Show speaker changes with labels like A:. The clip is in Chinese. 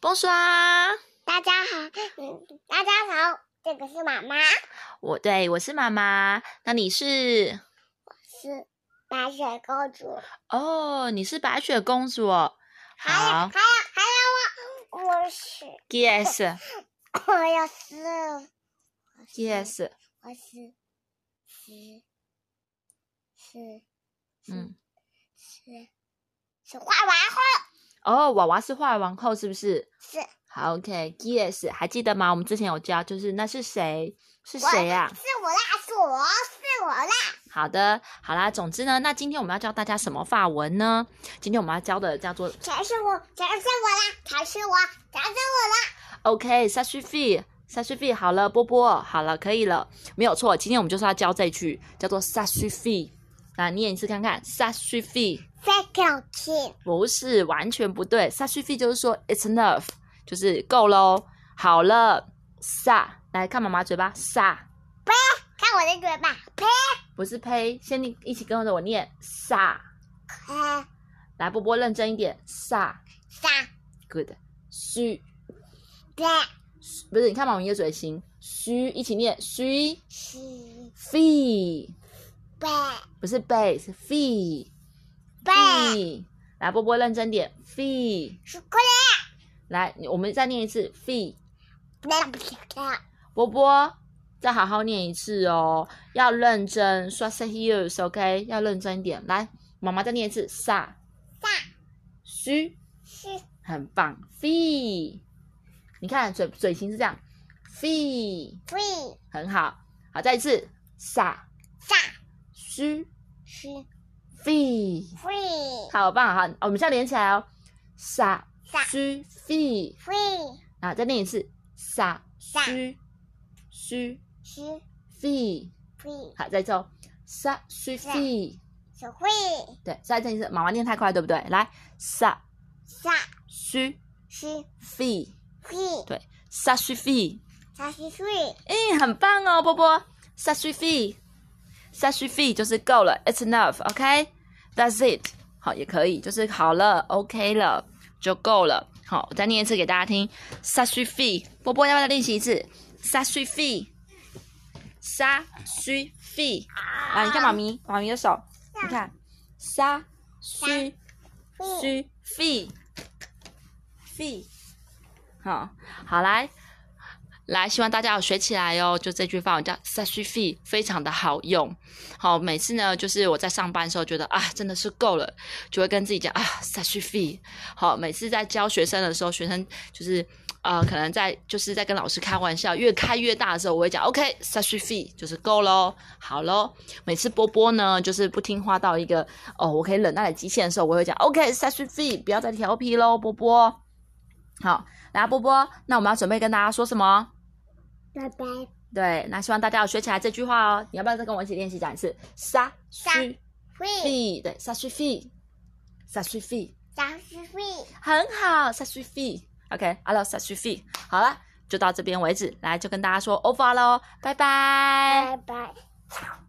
A: 蹦刷，
B: 大家好，嗯，大家好，这个是妈妈，
A: 我对我是妈妈，那你是？
B: 是白雪公主。
A: 哦，你是白雪公主哦。
B: 还有
A: 好
B: 还有还有我，我是
A: ，yes
B: 我要是
A: yes，
B: 我是是是
A: 嗯，
B: 是是画完后
A: 哦，娃娃是画王后是不是？
B: 是
A: 好，OK，yes，、还记得吗？我们之前有教，就是那是谁？是谁呀、
B: 我是我啦，是我是我啦，
A: 好的，好啦，总之呢，那今天我们要教大家什么法文呢？今天我们要教的叫做
B: 全是我全是我啦，全是我全是我啦。
A: OK，s s u f i s s u f i 好了，波波，好了，可以了，没有错。今天我们就是要教这句叫做 s s u f i 来念一次看看 s s u f i
B: Second team
A: 不是，完全不对。s s u f i 就是说 it's enough，就是够喽，好了。撒，来看妈妈嘴巴，撒，
B: 看我的嘴巴，呸！
A: 不是呸，先你一起跟着我念撒。
B: 呃
A: 来，波波认真一点，撒
B: 三
A: ，good，嘘，
B: 对
A: 不是，你看妈咪的嘴型，嘘，一起念嘘
B: 是
A: ，fi，
B: 背
A: 不是 b 是 fi。
B: 背
A: fee，来波波认真点，fee，
B: 是快
A: 来我们再念一次 fee，
B: 点，不是看。
A: 波波再好好念一次哦，要认真刷 s h e r s o k 要认真点，来妈妈再念一次 sa
B: 大
A: s
B: 是
A: 很棒，fee，你看嘴嘴型是这样，fee，
B: free
A: 很好，好再一次 sa
B: 大
A: s
B: 是
A: fee，
B: free
A: 好棒，好，我们现在连起来哦，sa
B: Sa
A: s fee。
B: free
A: 啊，再念一次，撒
B: 撒
A: 虚虚
B: 是
A: fee，
B: free
A: 好，再奏撒虚
B: 撒
A: fee，
B: 是 free
A: 对，再念一次，妈妈念太快，对不对？来，撒
B: 下
A: 虚
B: 是
A: fee，
B: free
A: 对，撒虚 fee，
B: 下是 free
A: 诶，很棒哦，波波，撒虚 fee，撒虚 fee 就是够了，it's enough，OK，that's、it，好，也可以，就是好了，OK 了，就够了。好，我再念一次给大家听，撒虚 fee，波波要不要再练习一次？撒虚 fee。沙须费。啊，你看妈咪，妈咪的手，你看沙须须费费。好，好来，来，希望大家有学起来哦。就这句法文叫沙须费，非常的好用。好，每次呢，就是我在上班的时候觉得啊，真的是够了，就会跟自己讲啊沙须费。好，每次在教学生的时候，学生就是呃，可能在就是在跟老师开玩笑，越开越大的时候，我会讲 OK s u c h fee 就是够喽，好喽。每次波波呢，就是不听话到一个哦，我可以忍耐的极限的时候，我会讲 OK s u c h fee，不要再调皮喽，波波。好，来啊波波，那我们要准备跟大家说什么？
B: 拜拜
A: 对，那希望大家有学起来这句话哦。你要不要再跟我一起练习讲一次？沙须
B: free
A: fee，对，沙须 fee，沙须 fee。
B: 下是 free
A: 很好 s a s u f i OK，好了 s a s u f i 好了，哦就到这边为止，来就跟大家说 over 喽，拜拜
B: 拜拜。